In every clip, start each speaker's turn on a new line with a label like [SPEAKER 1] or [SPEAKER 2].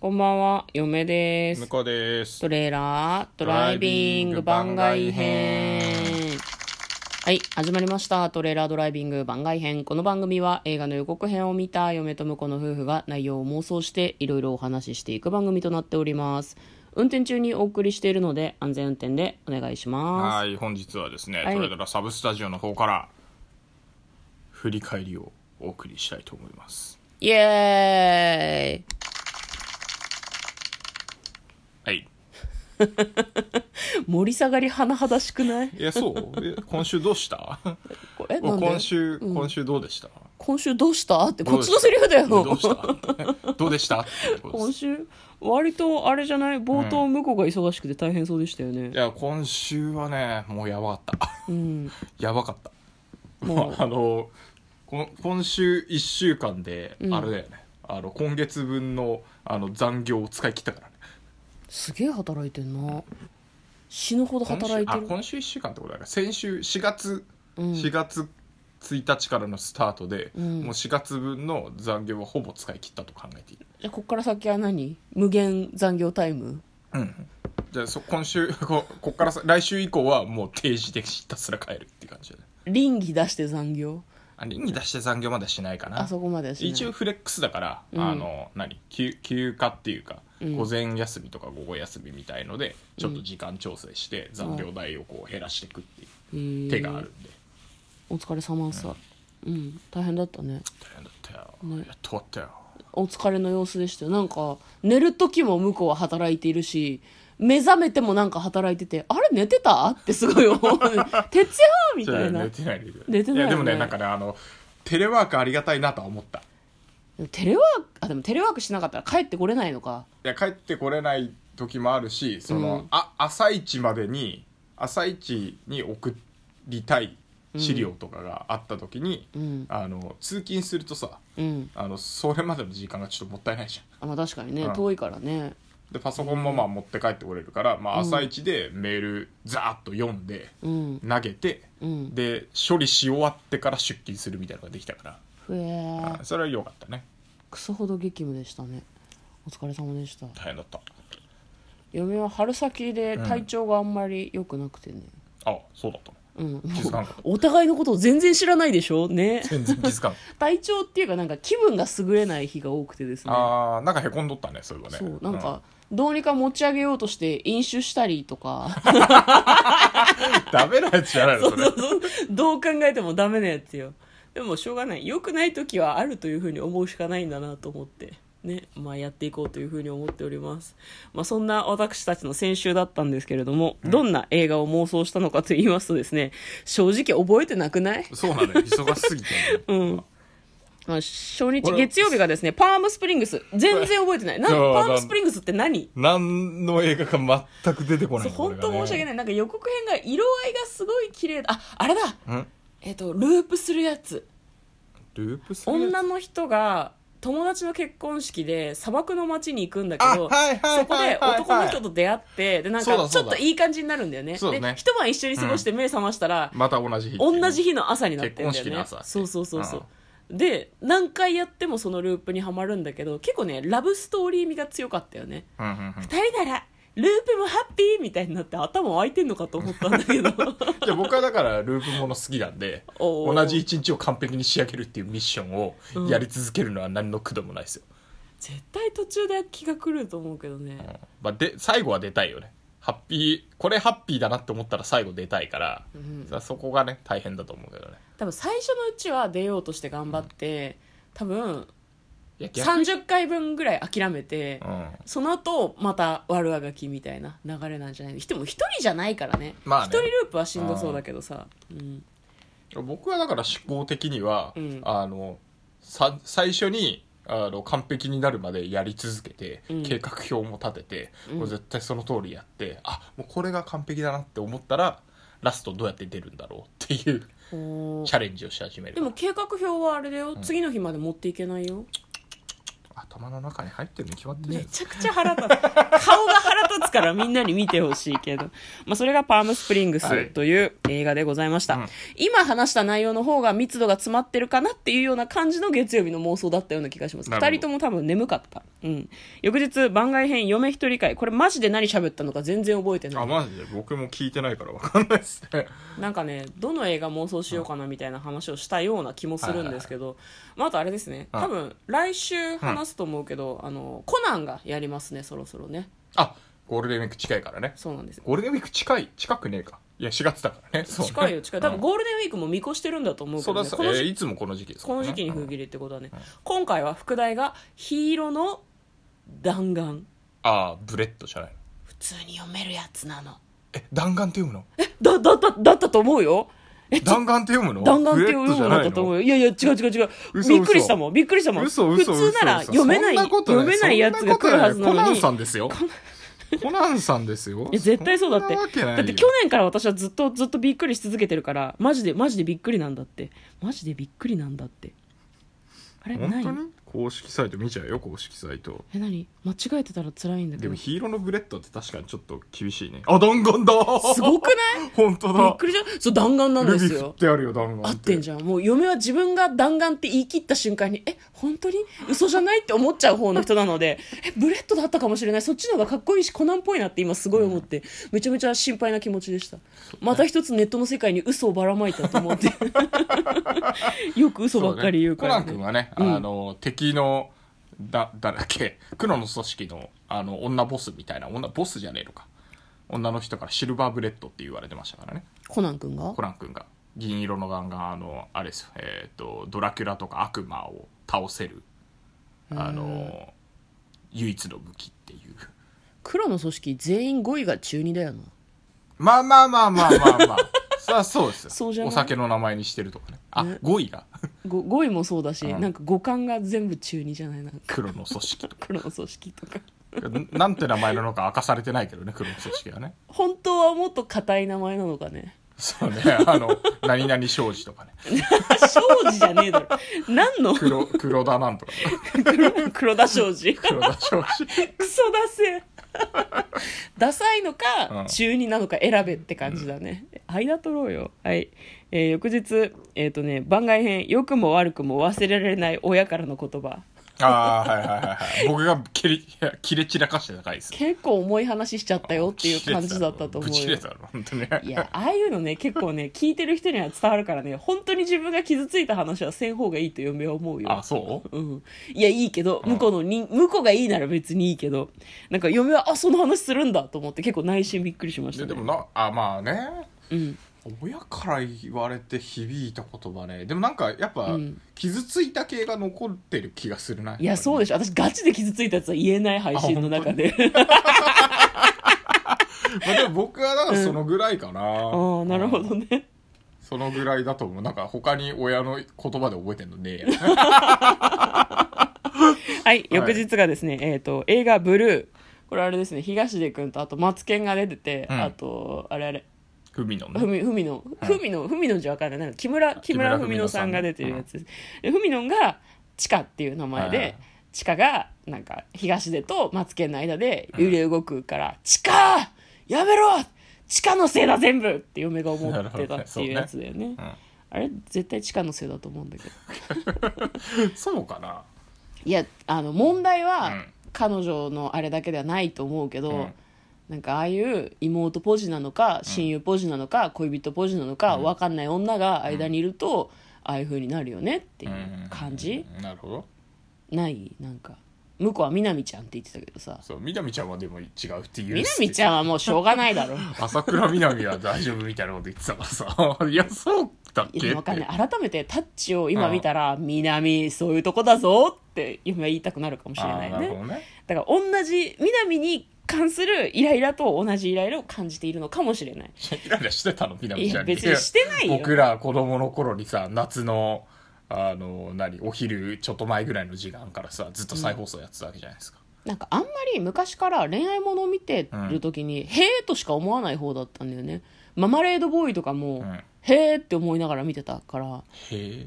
[SPEAKER 1] こんばんは、嫁です
[SPEAKER 2] 向。こうです
[SPEAKER 1] トレーラードライビング番外編。はい、始まりました。トレーラードライビング番外編。この番組は映画の予告編を見た嫁と婿の夫婦が内容を妄想していろいろお話ししていく番組となっております。運転中にお送りしているので安全運転でお願いします。
[SPEAKER 2] はい本日はですね、
[SPEAKER 1] はい
[SPEAKER 2] トレドラサブスタジオの方から振り返りをお送りしたいと思います
[SPEAKER 1] イエーイ
[SPEAKER 2] はい
[SPEAKER 1] 盛り下がり甚だしくない
[SPEAKER 2] いやそうえ今週どう した
[SPEAKER 1] これなんで
[SPEAKER 2] 今週、今週どうでした
[SPEAKER 1] 今週どうしたってこ
[SPEAKER 2] ど
[SPEAKER 1] っ
[SPEAKER 2] うで
[SPEAKER 1] ち
[SPEAKER 2] した
[SPEAKER 1] のセリフだよ。
[SPEAKER 2] ど うしたどうでしたっていうこと
[SPEAKER 1] 今
[SPEAKER 2] です
[SPEAKER 1] 週割とあれじゃない冒頭向こうが忙しくて大変そうでしたよね
[SPEAKER 2] い、や今週はねもうやばかった
[SPEAKER 1] うん、
[SPEAKER 2] やばかった
[SPEAKER 1] も
[SPEAKER 2] あのこ今週1週間で
[SPEAKER 1] ん
[SPEAKER 2] あれだよね、あの今月分のあの残業を使い切ったからね
[SPEAKER 1] すげえ働いてんな死ぬほど働いて
[SPEAKER 2] 今週
[SPEAKER 1] る
[SPEAKER 2] あ今週1週間ってことだから先週4月、
[SPEAKER 1] うん
[SPEAKER 2] 4月1日からのスタートで、
[SPEAKER 1] うん
[SPEAKER 2] もう4月分の残業はほぼ使い切ったと考えている
[SPEAKER 1] じゃあこっから先は何無限残業タイム
[SPEAKER 2] うんじゃあそ今週 ここっからさ来週以降はもう定時でひたすら帰るっていう感じだね
[SPEAKER 1] 倫理出して残業
[SPEAKER 2] あ倫理出して残業までしないかな
[SPEAKER 1] あそこまではしない
[SPEAKER 2] 一応フレックスだから、
[SPEAKER 1] うん
[SPEAKER 2] あの何休休暇っていうか、
[SPEAKER 1] うん
[SPEAKER 2] 午前休みとか午後休みみたいのでちょっと時間調整して残業代をこう減らしていくっていう
[SPEAKER 1] へー
[SPEAKER 2] 手があるんで、
[SPEAKER 1] お疲れ様さうん、大変だったね
[SPEAKER 2] 大変だったよ、
[SPEAKER 1] ね
[SPEAKER 2] やっと終わったよ
[SPEAKER 1] お疲れの様子でしたよなんか寝る時も向こうは働いているし目覚めてもなんか働いててあれ寝てたってすごい思 う徹夜みたい
[SPEAKER 2] それ
[SPEAKER 1] な
[SPEAKER 2] 寝てないで
[SPEAKER 1] 寝てないよね
[SPEAKER 2] やでもねなんかねあのテレワークありがたいなとは思ったい
[SPEAKER 1] テレワークあでもテレワークしなかったら帰ってこれないのか
[SPEAKER 2] や帰ってこれない時もあるしその、
[SPEAKER 1] うん
[SPEAKER 2] あ朝一までに朝一に送りたい資料とかがあった時に、
[SPEAKER 1] うん
[SPEAKER 2] あの通勤するとさ
[SPEAKER 1] うん
[SPEAKER 2] あのそれまでの時間がちょっともったいないじゃん
[SPEAKER 1] あまあ確かにね、
[SPEAKER 2] うん
[SPEAKER 1] 遠いからね
[SPEAKER 2] でパソコンもまあ持って帰ってこれるから、まあ、
[SPEAKER 1] うん
[SPEAKER 2] 朝一でメールザーッと読んで
[SPEAKER 1] うん
[SPEAKER 2] 投げて、
[SPEAKER 1] うん
[SPEAKER 2] で処理し終わってから出勤するみたいなのができたから、
[SPEAKER 1] ふえー
[SPEAKER 2] あそれは良かったね
[SPEAKER 1] クソほど激務でしたねお疲れ様でした
[SPEAKER 2] 大変だった
[SPEAKER 1] 嫁は春先で体調があんまり良くなくてね
[SPEAKER 2] あそうだったの
[SPEAKER 1] うん、
[SPEAKER 2] 気づかなかった
[SPEAKER 1] お互いのことを全然知らないでしょ ね
[SPEAKER 2] 全然気づかん
[SPEAKER 1] 体調っていうかなんか気分が優れない日が多くてですね
[SPEAKER 2] あーなんかへこんどったねそういえばね
[SPEAKER 1] そうなんか、どうにか持ち上げようとして飲酒したりとか
[SPEAKER 2] うんダメなやつじゃないのそれ
[SPEAKER 1] どう考えてもダメなやつよでもしょうがない良くない時はあるというふうに思うしかないんだなと思ってねまあやっていこうというふうに思っておりますまあそんな私たちの先週だったんですけれども、どんな映画を妄想したのかと言いますとですね正直覚えてなくない
[SPEAKER 2] そうなのよ忙しすぎて、
[SPEAKER 1] うんまあ初日
[SPEAKER 2] 俺
[SPEAKER 1] 月曜日がですねパームスプリングス全然覚えてないなん
[SPEAKER 2] そうなん
[SPEAKER 1] パームスプリングスって何
[SPEAKER 2] 何の映画か全く出てこない
[SPEAKER 1] そう本当申し訳
[SPEAKER 2] い
[SPEAKER 1] ないなんか予告編が色合いがすごい綺麗だああれだ
[SPEAKER 2] ん
[SPEAKER 1] えっ、とループするやつ
[SPEAKER 2] ループするやつ
[SPEAKER 1] 女の人が友達の結婚式で砂漠の街に行くんだけど、
[SPEAKER 2] あはいはいはいはい
[SPEAKER 1] そこで男の人と出会ってでなん
[SPEAKER 2] そう
[SPEAKER 1] か
[SPEAKER 2] だ
[SPEAKER 1] ち
[SPEAKER 2] そ
[SPEAKER 1] ょ
[SPEAKER 2] う
[SPEAKER 1] っ
[SPEAKER 2] だ
[SPEAKER 1] といい感じになるんだよね
[SPEAKER 2] そうだね
[SPEAKER 1] で一晩一緒に過ごして目覚ましたら、
[SPEAKER 2] また同じ日
[SPEAKER 1] 同じ日の朝になってるんだよ
[SPEAKER 2] 結婚式
[SPEAKER 1] ね
[SPEAKER 2] の朝
[SPEAKER 1] そうそうそうそうで何回やってもそのループにはまるんだけど結構ねラブストーリー味が強かったよね
[SPEAKER 2] うんうんうん
[SPEAKER 1] 二人ならループもハッピーみたいになって頭開いてんのかと思ったんだけ ど
[SPEAKER 2] じゃあ僕はだからループもの好きなん で
[SPEAKER 1] お
[SPEAKER 2] 同
[SPEAKER 1] ー
[SPEAKER 2] じ一日を完璧に仕上げるっていうミッションをやり続けるのは何の苦でもないですよ、
[SPEAKER 1] 絶対途中で気が狂うと思うけどね、
[SPEAKER 2] うんまあ、で最後は出たいよねハッピーこれハッピーだなって思ったら最後出たいから、
[SPEAKER 1] ん
[SPEAKER 2] さそこがね大変だと思うけどね
[SPEAKER 1] 多分最初のうちは出ようとして頑張って、多分
[SPEAKER 2] いや逆に
[SPEAKER 1] 30回分ぐらい諦めて、
[SPEAKER 2] うん
[SPEAKER 1] その後また悪あがきみたいな流れなんじゃないでも一人じゃないからね一、
[SPEAKER 2] まあね
[SPEAKER 1] 人ループはしんどそうだけどさ、うん、
[SPEAKER 2] 僕はだから思考的には、
[SPEAKER 1] うん
[SPEAKER 2] あのさ最初にあの完璧になるまでやり続けて、
[SPEAKER 1] うん
[SPEAKER 2] 計画表も立てて、
[SPEAKER 1] うん
[SPEAKER 2] もう絶対その通りやってあもうこれが完璧だなって思ったらラストどうやって出るんだろうっていう
[SPEAKER 1] おー
[SPEAKER 2] チャレンジをし始める
[SPEAKER 1] でも計画表はあれだよ、次の日まで持っていけないよ
[SPEAKER 2] 頭の中に入ってるに決まってる
[SPEAKER 1] め
[SPEAKER 2] やつ
[SPEAKER 1] ちゃくちゃ腹立つ顔が腹立つからみんなに見てほしいけど、まあ、それが「パームスプリング
[SPEAKER 2] は
[SPEAKER 1] ス
[SPEAKER 2] い」
[SPEAKER 1] という映画でございました、
[SPEAKER 2] うん
[SPEAKER 1] 今話した内容の方が密度が詰まってるかなっていうような感じの月曜日の妄想だったような気がします
[SPEAKER 2] なるほ
[SPEAKER 1] 2
[SPEAKER 2] ど
[SPEAKER 1] 人とも多分眠かったうん、翌日番外編嫁一人会これマジで何喋ったのか全然覚えてな
[SPEAKER 2] あ
[SPEAKER 1] い
[SPEAKER 2] マジで僕も聞いてないから分かんないですね
[SPEAKER 1] なんかねどの映画妄想しようかなみたいな話をしたような気もするんですけど、まあ、あとあれですね
[SPEAKER 2] うん
[SPEAKER 1] 多分来週話すと思うけど、あのコナンがやりますねそろそろね
[SPEAKER 2] あゴールデンウィーク近いからね
[SPEAKER 1] そうなんですよ
[SPEAKER 2] ゴールデンウィーク近い近くねえかいや4月だからねそうね
[SPEAKER 1] 近いよ近い多分
[SPEAKER 2] うん
[SPEAKER 1] ゴールデンウィークも見越してるんだと思うけ
[SPEAKER 2] そ
[SPEAKER 1] ど、
[SPEAKER 2] うだ
[SPEAKER 1] ね、
[SPEAKER 2] そ
[SPEAKER 1] こ
[SPEAKER 2] う、
[SPEAKER 1] の
[SPEAKER 2] えー
[SPEAKER 1] 時
[SPEAKER 2] いつもこの時期ですか
[SPEAKER 1] こ
[SPEAKER 2] ら
[SPEAKER 1] の
[SPEAKER 2] ね
[SPEAKER 1] 時期に封切りってことはね、今回は副題が「ヒーローの弾丸
[SPEAKER 2] ああブレッドじゃないの」
[SPEAKER 1] 普通に読めるやつなの
[SPEAKER 2] え弾丸って読むの
[SPEAKER 1] えだだだだったと思うよ
[SPEAKER 2] 弾丸って読むの
[SPEAKER 1] 弾丸って読む
[SPEAKER 2] ブレッドじゃ
[SPEAKER 1] の
[SPEAKER 2] な
[SPEAKER 1] だ
[SPEAKER 2] い
[SPEAKER 1] ったと思う
[SPEAKER 2] の
[SPEAKER 1] よいやいや違う違う違う
[SPEAKER 2] 嘘
[SPEAKER 1] びっくりしたもんびっくりしたもん
[SPEAKER 2] 嘘嘘嘘
[SPEAKER 1] 普通なら
[SPEAKER 2] 嘘
[SPEAKER 1] 読めない
[SPEAKER 2] そんこと
[SPEAKER 1] 読めないやつが来るはずな
[SPEAKER 2] そん
[SPEAKER 1] の
[SPEAKER 2] こといコナン
[SPEAKER 1] に
[SPEAKER 2] さんで すよコナンさんですよ
[SPEAKER 1] いや絶対そうだって
[SPEAKER 2] んなわけないよ
[SPEAKER 1] だって去年から私はずっとずっとびっくりし続けてるからマジでマジでびっくりなんだってマジでびっくりなんだってあれな
[SPEAKER 2] 本
[SPEAKER 1] い
[SPEAKER 2] 当に公式サイト見ちゃうよ公式サイト
[SPEAKER 1] え何間違えてたら辛いんだけ
[SPEAKER 2] で
[SPEAKER 1] ど
[SPEAKER 2] も
[SPEAKER 1] す
[SPEAKER 2] ヒーローのブレッドって確かにちょっと厳しいねあ弾丸だ
[SPEAKER 1] ごくない
[SPEAKER 2] 本当
[SPEAKER 1] びっ
[SPEAKER 2] だ
[SPEAKER 1] くりじゃんそう弾丸なん
[SPEAKER 2] ル
[SPEAKER 1] で
[SPEAKER 2] ビ
[SPEAKER 1] す
[SPEAKER 2] 振っ
[SPEAKER 1] よ
[SPEAKER 2] てあるよ弾丸
[SPEAKER 1] 合ってんじゃんもう嫁は自分が弾丸って言い切った瞬間にえ本当に嘘じゃないって思っちゃう方の人なのでえブレッドだったかもしれないそっちの方がかっこいいしコナンっぽいなって今すごい思って、めちゃめちゃ心配な気持ちでした、また一つネットの世界に嘘をばらまいたと思って よく嘘ばっかり言うか
[SPEAKER 2] そ
[SPEAKER 1] ら、
[SPEAKER 2] ねコナン君はね、
[SPEAKER 1] うん
[SPEAKER 2] あの敵のだ誰だっけ黒の組織のあの女ボスみたいな女ボスじゃねえのか女の人からシルバーブレッドって言われてましたからね
[SPEAKER 1] コナン君が
[SPEAKER 2] コナン君が銀色のガンガンあのあれですよえっ、とドラキュラとか悪魔を倒せるあの唯一の武器っていう
[SPEAKER 1] 黒の組織全員5位が中2だよな
[SPEAKER 2] まあまあまあまあ まあまあそりゃそうですよ
[SPEAKER 1] そうじゃない
[SPEAKER 2] お酒の名前にしてるとかねあ
[SPEAKER 1] ね
[SPEAKER 2] 5位が
[SPEAKER 1] 5, 位もそうだし、
[SPEAKER 2] うん
[SPEAKER 1] なんか五感が全部中2じゃないなんか
[SPEAKER 2] 黒の組織
[SPEAKER 1] 黒の組織とか
[SPEAKER 2] ななんて名前なのか明かされてないけどね黒の組織はね
[SPEAKER 1] 本当はもっと硬い名前なのかね
[SPEAKER 2] そうねあの何々庄司とかね
[SPEAKER 1] 庄司じゃねえだろ。 何の
[SPEAKER 2] 黒黒田なんとか
[SPEAKER 1] 黒黒田庄司。ク
[SPEAKER 2] 黒田庄司
[SPEAKER 1] ソダセ。 ダサいのか、
[SPEAKER 2] うん
[SPEAKER 1] 中二なのか選べって感じだね。間取ろうよ。はい。えー翌日、えっ、とね、番外編、良くも悪くも忘れられない親からの言葉。
[SPEAKER 2] ああはいはいはいはい僕が切れ切れ散らかしてた回です
[SPEAKER 1] 結構重い話しちゃったよっていう感じだったと思
[SPEAKER 2] ぶち
[SPEAKER 1] う
[SPEAKER 2] 切れ
[SPEAKER 1] よ。
[SPEAKER 2] たの本当に
[SPEAKER 1] いや、ああいうのね、結構ね、聞いてる人には伝わるからね、本当に自分が傷ついた話はせん方がいいと嫁は思うよ。
[SPEAKER 2] あそう
[SPEAKER 1] うん、いやいいけど向こうのに、向こうがいいなら別にいいけどなんか嫁はあその話するんだと思って結構内心びっくりしました
[SPEAKER 2] で
[SPEAKER 1] ね
[SPEAKER 2] でもなあまあね
[SPEAKER 1] うん、
[SPEAKER 2] 親から言われて響いた言葉ねでもなんかやっぱ、
[SPEAKER 1] うん
[SPEAKER 2] 傷ついた系が残ってる気がするない
[SPEAKER 1] いやそうで
[SPEAKER 2] し
[SPEAKER 1] しょ私ガチで傷ついたやつは言えない配信の中で
[SPEAKER 2] ょ、まあ、でも僕はだからそのぐらいかな、
[SPEAKER 1] ああなるほどね
[SPEAKER 2] そのぐらいだと思うなんか他に親の言葉で覚えてん のねえや
[SPEAKER 1] はい翌日がですね、えっ、と映画「ブルー」これあれですね東出君とあとマツケンが出てて、
[SPEAKER 2] うん
[SPEAKER 1] あとあれあれ
[SPEAKER 2] ふみの
[SPEAKER 1] ふ
[SPEAKER 2] ね
[SPEAKER 1] みふみの
[SPEAKER 2] うん
[SPEAKER 1] ふみのふみのじゃわかんないなんか木村木村
[SPEAKER 2] 木村
[SPEAKER 1] ふ
[SPEAKER 2] 文
[SPEAKER 1] み
[SPEAKER 2] 乃
[SPEAKER 1] の
[SPEAKER 2] さ
[SPEAKER 1] さ
[SPEAKER 2] ん
[SPEAKER 1] ん
[SPEAKER 2] ね
[SPEAKER 1] が出てるやつですでふみのんがちかっていう名前
[SPEAKER 2] はいはい
[SPEAKER 1] でちかがなんか東出とマツケンの間で揺れ動くから「ちかやめろちかのせいだ全部!」って嫁が思ってたっていうやつだよねあれ絶対ちかのせいだと思うんだけど
[SPEAKER 2] うんそうかない
[SPEAKER 1] やあの問題
[SPEAKER 2] う
[SPEAKER 1] は
[SPEAKER 2] ん
[SPEAKER 1] 彼女のあれだけではないと思うけど、
[SPEAKER 2] うん
[SPEAKER 1] なんかああいう妹ポジなのか親友ポジなのか、恋人ポジなのか、わかんない女が間にいると、ああいう風になるよねっていう感じ、
[SPEAKER 2] うんなるほど
[SPEAKER 1] ないなんか向こうはみなみちゃんって言ってたけどさ
[SPEAKER 2] そうみなみちゃんはでも違うっていう
[SPEAKER 1] みなみちゃんはもうしょうがない だろ
[SPEAKER 2] 朝倉みなみは大丈夫みたいなこと言ってたからさ いやそうだっ
[SPEAKER 1] い
[SPEAKER 2] け
[SPEAKER 1] や
[SPEAKER 2] っ
[SPEAKER 1] わかん
[SPEAKER 2] て
[SPEAKER 1] ない改めてタッチを今見たら、みなみそういうとこだぞって今言いたくなるかもしれ
[SPEAKER 2] あ
[SPEAKER 1] な
[SPEAKER 2] あ
[SPEAKER 1] い
[SPEAKER 2] なるほ
[SPEAKER 1] ね
[SPEAKER 2] どね
[SPEAKER 1] だから同じみなみに関するイライラと同じイライラを感じているのかもしれない
[SPEAKER 2] イライラしてたのみなみ
[SPEAKER 1] い
[SPEAKER 2] ちゃ
[SPEAKER 1] や
[SPEAKER 2] んに
[SPEAKER 1] 別にしてないよ
[SPEAKER 2] 僕ら子供の頃にさ夏のあの何お昼ちょっと前ぐらいの時間からさずっと再放送やってたわけじゃないですか、
[SPEAKER 1] なんかあんまり昔から恋愛ものを見てる時に「へえ」としか思わない方だったんだよねママレードボーイとかも「
[SPEAKER 2] うん
[SPEAKER 1] へえ」って思いながら見てたから
[SPEAKER 2] へえ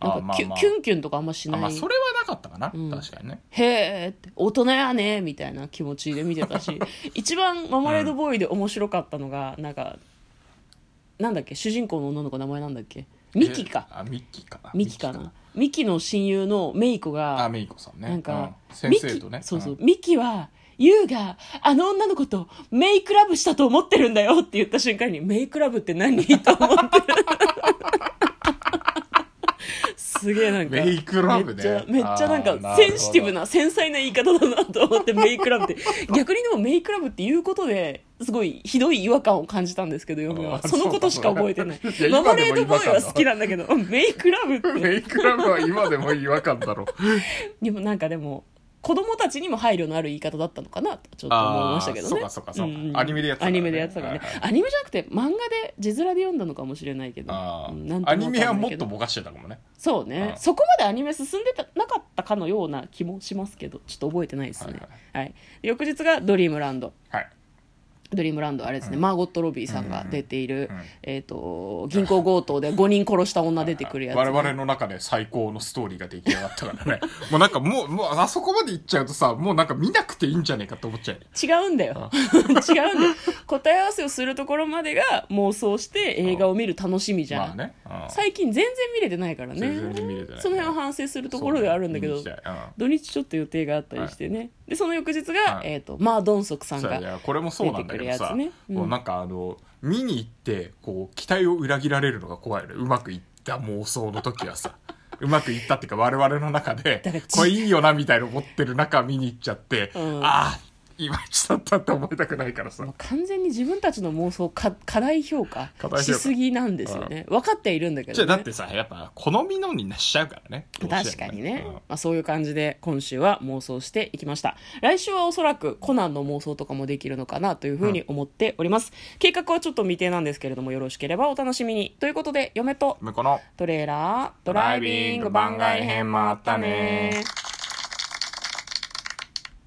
[SPEAKER 1] な
[SPEAKER 2] あ
[SPEAKER 1] んか
[SPEAKER 2] まあ
[SPEAKER 1] キュ,、
[SPEAKER 2] まあ
[SPEAKER 1] キュンキュンとかあんまし
[SPEAKER 2] あま
[SPEAKER 1] な
[SPEAKER 2] あ
[SPEAKER 1] い
[SPEAKER 2] それはなかったかな、
[SPEAKER 1] うん
[SPEAKER 2] 確かにね
[SPEAKER 1] 「へえ」って「大人やね」みたいな気持ちで見てた し一番ママレードボーイで面白かったのがなんかなんだっけ主人公の女の子名前なんだっけミキか
[SPEAKER 2] えあミキか
[SPEAKER 1] ミキかなミキの親友のメイコ
[SPEAKER 2] あ
[SPEAKER 1] が
[SPEAKER 2] メイコさんね
[SPEAKER 1] なんか、
[SPEAKER 2] うん
[SPEAKER 1] ミ
[SPEAKER 2] 先
[SPEAKER 1] キ
[SPEAKER 2] 生とね
[SPEAKER 1] そうそう、
[SPEAKER 2] ん
[SPEAKER 1] ミキはユウがあの女の子とメイクラブしたと思ってるんだよって言った瞬間にメイクラブって何と思ってすげえなんか
[SPEAKER 2] メイクラブね
[SPEAKER 1] めっちゃめっちゃなん
[SPEAKER 2] あーなる
[SPEAKER 1] か
[SPEAKER 2] ほど
[SPEAKER 1] センシティブな繊細な言い方だなと 思ってメイクラブって逆にでもメイクラブっていうことですごいひどい違和感を感じたんですけど嫁は
[SPEAKER 2] あー
[SPEAKER 1] そのことしか覚えてない
[SPEAKER 2] そう だねいや
[SPEAKER 1] マ
[SPEAKER 2] 今
[SPEAKER 1] マ
[SPEAKER 2] で
[SPEAKER 1] レー
[SPEAKER 2] も
[SPEAKER 1] ドボ
[SPEAKER 2] 違
[SPEAKER 1] ー
[SPEAKER 2] 和感
[SPEAKER 1] イ
[SPEAKER 2] だ
[SPEAKER 1] は好きなんだけどメイクラブって
[SPEAKER 2] メイクラブは今でも違和感だろう
[SPEAKER 1] でもなんかでも子供たちにも配慮のある言い方だったのかなとちょっと思いましたけどね
[SPEAKER 2] あーそうかそうかそうか
[SPEAKER 1] んん
[SPEAKER 2] アニメでやってたから
[SPEAKER 1] アニ
[SPEAKER 2] ね
[SPEAKER 1] メでやってたからね、
[SPEAKER 2] はい
[SPEAKER 1] アニメじゃなくて漫画で字面で読んだのかもしれないけど
[SPEAKER 2] あ
[SPEAKER 1] うん
[SPEAKER 2] ー
[SPEAKER 1] なんと
[SPEAKER 2] ア
[SPEAKER 1] も
[SPEAKER 2] ニ
[SPEAKER 1] わかん
[SPEAKER 2] メは
[SPEAKER 1] な
[SPEAKER 2] も
[SPEAKER 1] い
[SPEAKER 2] っ
[SPEAKER 1] け
[SPEAKER 2] と
[SPEAKER 1] ど
[SPEAKER 2] ぼかしてたかもね
[SPEAKER 1] そうね
[SPEAKER 2] うん
[SPEAKER 1] そこまでアニメ進んでたなかったかのような気もしますけどちょっと覚えてないですね
[SPEAKER 2] は
[SPEAKER 1] は
[SPEAKER 2] い
[SPEAKER 1] い、翌日が「ドリームランド」
[SPEAKER 2] はい
[SPEAKER 1] ドリームランドあれですね、
[SPEAKER 2] うん
[SPEAKER 1] マーゴット・ロビーさんが出ている、
[SPEAKER 2] うん
[SPEAKER 1] えっ、と銀行強盗で5人殺した 女出てくるやつ、
[SPEAKER 2] 我々の中で最高のストーリーが出来上がったからね もうなんかもうもうあそこまで行っちゃうとさもうなんか見なくていいんじゃねえかと思っちゃうよね
[SPEAKER 1] 違うんだよ 違うんだよ答え合わせをするところまでが妄想して映画を見る楽しみじゃん、
[SPEAKER 2] まあね、うん
[SPEAKER 1] 最近全然見れてないからね
[SPEAKER 2] 全然見れてないね
[SPEAKER 1] その辺を反省するところではあるんだけど
[SPEAKER 2] そうね見に行きたいうん
[SPEAKER 1] 土日ちょっと予定があったりしてね、でその翌日が、
[SPEAKER 2] はい
[SPEAKER 1] えー、とマー・ドンソクさん
[SPEAKER 2] そうやい
[SPEAKER 1] が
[SPEAKER 2] やこれもそうなん
[SPEAKER 1] 出てく
[SPEAKER 2] だけどさ、
[SPEAKER 1] るやつねうん
[SPEAKER 2] もうなんかあの見に行ってこう期待を裏切られるのが怖いのようまくいった妄想の時 はさうまくいったっていうか我々の中で
[SPEAKER 1] だからち
[SPEAKER 2] これいいよなみたいな思ってる中見に行っちゃって、
[SPEAKER 1] うん
[SPEAKER 2] ああ今ちだったって思いたくないからさ
[SPEAKER 1] もう完全に自分たちの妄想をか過大評価
[SPEAKER 2] 過大評価
[SPEAKER 1] しすぎなんですよね分かっているんだけ
[SPEAKER 2] じゃ
[SPEAKER 1] ど、
[SPEAKER 2] あ
[SPEAKER 1] ね、
[SPEAKER 2] だってさやっぱ好みのになしちゃうからねどう
[SPEAKER 1] 確
[SPEAKER 2] して
[SPEAKER 1] か
[SPEAKER 2] も
[SPEAKER 1] にね、
[SPEAKER 2] うん
[SPEAKER 1] まあ、そういう感じで今週は妄想していきました来週はおそらくコナンの妄想とかもできるのかなというふうに思っております、計画はちょっと未定なんですけれどもよろしければお楽しみにということで嫁と
[SPEAKER 2] 向こうの
[SPEAKER 1] トレーラードライビング番外編もあったね